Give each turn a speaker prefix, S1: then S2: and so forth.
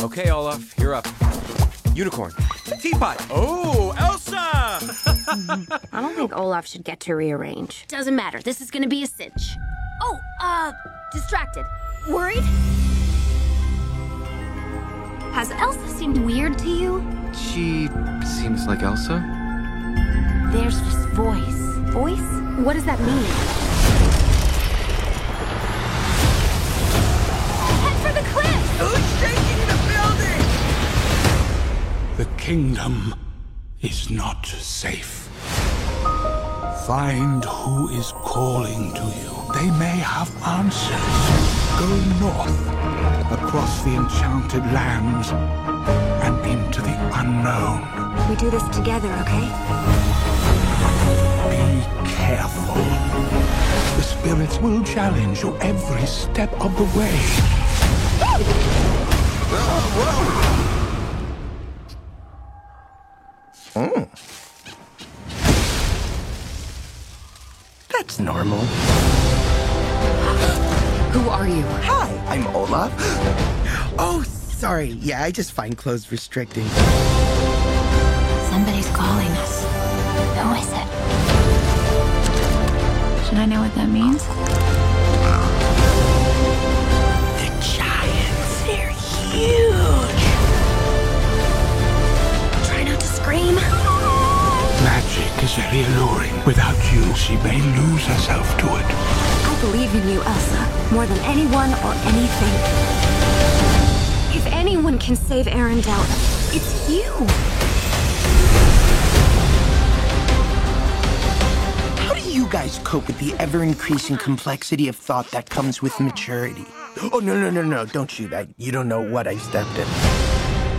S1: Okay, Olaf, you're up. Unicorn. Teapot. Oh, Elsa!
S2: I don't think Olaf should get to rearrange. Doesn't matter. This is gonna be a cinch. Oh, uh, distracted. Worried? Has Elsa seemed weird to you?
S3: She seems like Elsa.
S2: There's this voice. Voice? What does that mean? Head for the cliff!
S4: The kingdom is not safe. Find who is calling to you. They may have answers. Go north, across the enchanted lands, and into the unknown.
S2: We do this together, okay?
S4: Be careful. The spirits will challenge you every step of the way.
S5: That's normal.
S2: Who are you?
S5: Hi, I'm Olaf. Oh, sorry. Yeah, I just find clothes restricting.
S6: Somebody's calling us. Who is it? Should I know what that means?
S5: The giants, they're huge.
S2: Try not to scream.
S4: Magic is very alluring. Without you, she may lose herself to it.
S2: I believe you knew Elsa more than anyone or anything. If anyone can save Arendelle, it's you.
S5: How do you guys cope with the ever increasing complexity of thought that comes with maturity? Oh, no, no, no, no. Don't shoot. I, you don't know what I stepped in.